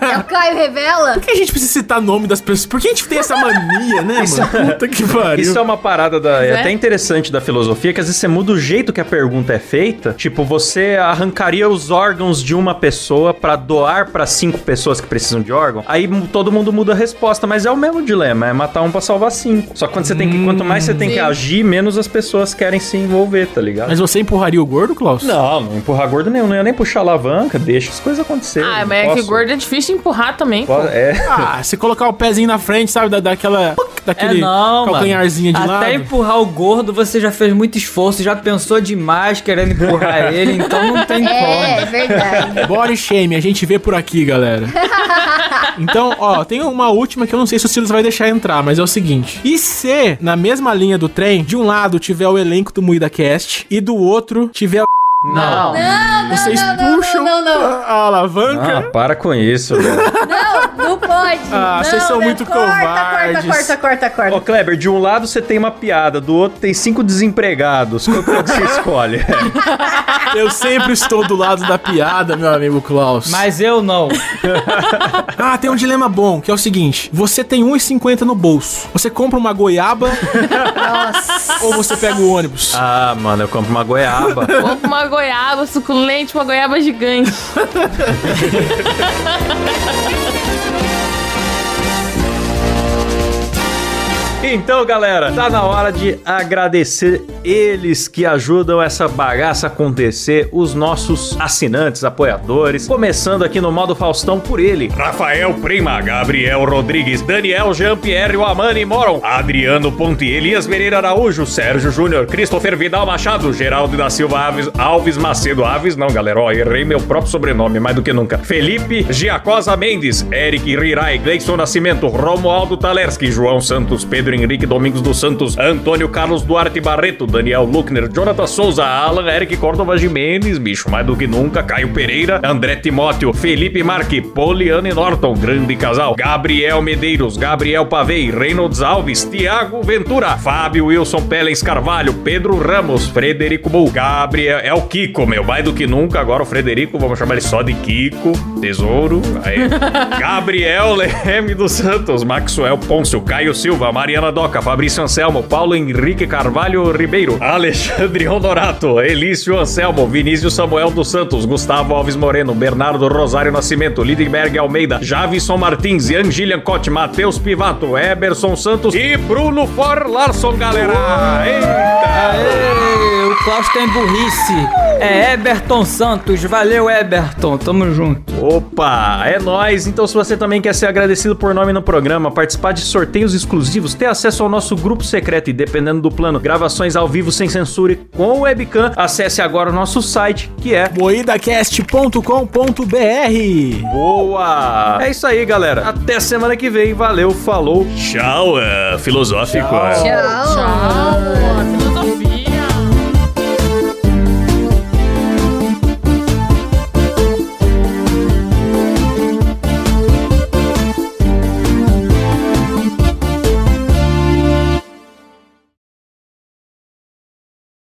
[SPEAKER 1] É o Caio Revela.
[SPEAKER 3] Por que a gente precisa citar nome das pessoas? Por que a gente tem essa mania, né, mano? Puta que pariu.
[SPEAKER 2] Isso é uma parada da, é
[SPEAKER 5] Pois é.
[SPEAKER 2] até interessante da filosofia, que às vezes você muda o jeito que a pergunta é feita. Tipo, você arrancaria os órgãos de uma pessoa pra doar pra cinco pessoas que precisam de órgão? Aí mu- todo mundo muda a resposta, mas é o mesmo dilema, é matar um pra salvar cinco. Só que quando você tem que, quanto mais você tem que
[SPEAKER 5] Hum, Sim.
[SPEAKER 2] agir, menos as pessoas querem se envolver, tá ligado?
[SPEAKER 3] Mas você empurraria o gordo, Klaus?
[SPEAKER 2] Não, não empurrar gordo nenhum, não ia nem puxar alavanca, deixa as coisas acontecerem.
[SPEAKER 5] Ah,
[SPEAKER 2] não
[SPEAKER 5] mas é que
[SPEAKER 2] posso-
[SPEAKER 5] gordo é difícil de empurrar também.
[SPEAKER 2] Po- É.
[SPEAKER 3] Ah, você colocar o pezinho na frente, sabe? Da, daquela. Daquele
[SPEAKER 6] é não, mano.
[SPEAKER 3] calcanharzinho de
[SPEAKER 6] Até
[SPEAKER 3] lado.
[SPEAKER 6] empurrar o gordo, você já fez muito esforço, já pensou demais querendo empurrar ele, então não tem
[SPEAKER 1] É, é
[SPEAKER 6] como.
[SPEAKER 1] verdade.
[SPEAKER 3] Body shame, a gente vê por aqui, galera. Então, ó, tem uma última que eu não sei se o Silas vai deixar entrar, mas é o seguinte. E se, na mesma linha do trem, de um lado tiver o elenco do Moída Cast e do outro tiver a...
[SPEAKER 5] Não.
[SPEAKER 3] Vocês
[SPEAKER 1] não, não,
[SPEAKER 3] puxam
[SPEAKER 1] não, não, não.
[SPEAKER 3] a- a alavanca...
[SPEAKER 2] Ah, para com isso, velho.
[SPEAKER 1] Não, não pode.
[SPEAKER 3] Ah,
[SPEAKER 1] Não,
[SPEAKER 3] vocês são
[SPEAKER 1] não.
[SPEAKER 3] muito
[SPEAKER 1] corta,
[SPEAKER 3] covardes.
[SPEAKER 1] Corta, corta, corta, corta,
[SPEAKER 2] Ô, Kleber, de um lado você tem uma piada, do outro tem cinco desempregados. Qual que é o que você escolhe?
[SPEAKER 3] Eu sempre estou do lado da piada, meu amigo Klaus.
[SPEAKER 6] Mas eu não.
[SPEAKER 3] Ah, tem um dilema bom, que é o seguinte. Você tem 1,50 no bolso. Você compra uma goiaba
[SPEAKER 1] Nossa.
[SPEAKER 3] ou você pega o ônibus?
[SPEAKER 2] ah, mano, eu compro uma goiaba.
[SPEAKER 5] Ou com uma goiaba suculente, uma goiaba gigante.
[SPEAKER 2] Então, galera, tá na hora de agradecer eles que ajudam essa bagaça acontecer, os nossos assinantes, apoiadores. Começando aqui no modo Faustão por ele,
[SPEAKER 4] Rafael Prima, Gabriel Rodrigues, Daniel Jean-Pierre Amani Moron, Adriano Ponte, Elias Pereira Araújo, Sérgio Júnior, Christopher Vidal Machado, Geraldo da Silva Aves, Alves Macedo Aves, não galera, ó, errei meu próprio sobrenome, mais do que nunca. Felipe Giacosa Mendes, Eric Rirai, Gleison Nascimento, Romualdo Talerski, João Santos, Pedro Henrique Domingos dos Santos, Antônio Carlos Duarte Barreto, Daniel Luckner, Jonathan Souza, Alan Eric Córdova Jimenez, bicho, mais do que nunca, Caio Pereira, André Timóteo, Felipe Marque, Poliane Norton, grande casal, Gabriel Medeiros, Gabriel Pavei, Reynolds Alves, Tiago Ventura, Fábio Wilson Pellens Carvalho, Pedro Ramos, Frederico Bull, Gabriel, é o Kiko, meu, mais do que nunca, agora o Frederico, vamos chamar ele só de Kiko, tesouro, aí, Gabriel Leme dos Santos, Maxwell Pôncio, Caio Silva, Mariana Doca, Fabrício Anselmo, Paulo Henrique Carvalho Ribeiro, Alexandre Honorato, Elício Anselmo, Vinícius Samuel dos Santos, Gustavo Alves Moreno, Bernardo Rosário Nascimento, Lidberg Almeida, Javison Martins, Ian Gillian Cote, Matheus Pivato, Eberson Santos e Bruno For Larson, galera! Eita!
[SPEAKER 6] Ei, o Klaus tem burrice. É Eberton Santos. Valeu, Eberton. Tamo junto.
[SPEAKER 2] Opa, é nóis! Então, se você também quer ser agradecido por nome no programa, participar de sorteios exclusivos, ter acesso ao nosso grupo secreto e, dependendo do plano, gravações ao vivo sem censura e com webcam, acesse agora o nosso site que é.
[SPEAKER 3] moidacast.com.br
[SPEAKER 2] Boa! É isso aí, galera. Até semana que vem. Valeu, falou.
[SPEAKER 5] é.
[SPEAKER 4] Tchau, filosófico.
[SPEAKER 1] Tchau.
[SPEAKER 5] Tchau.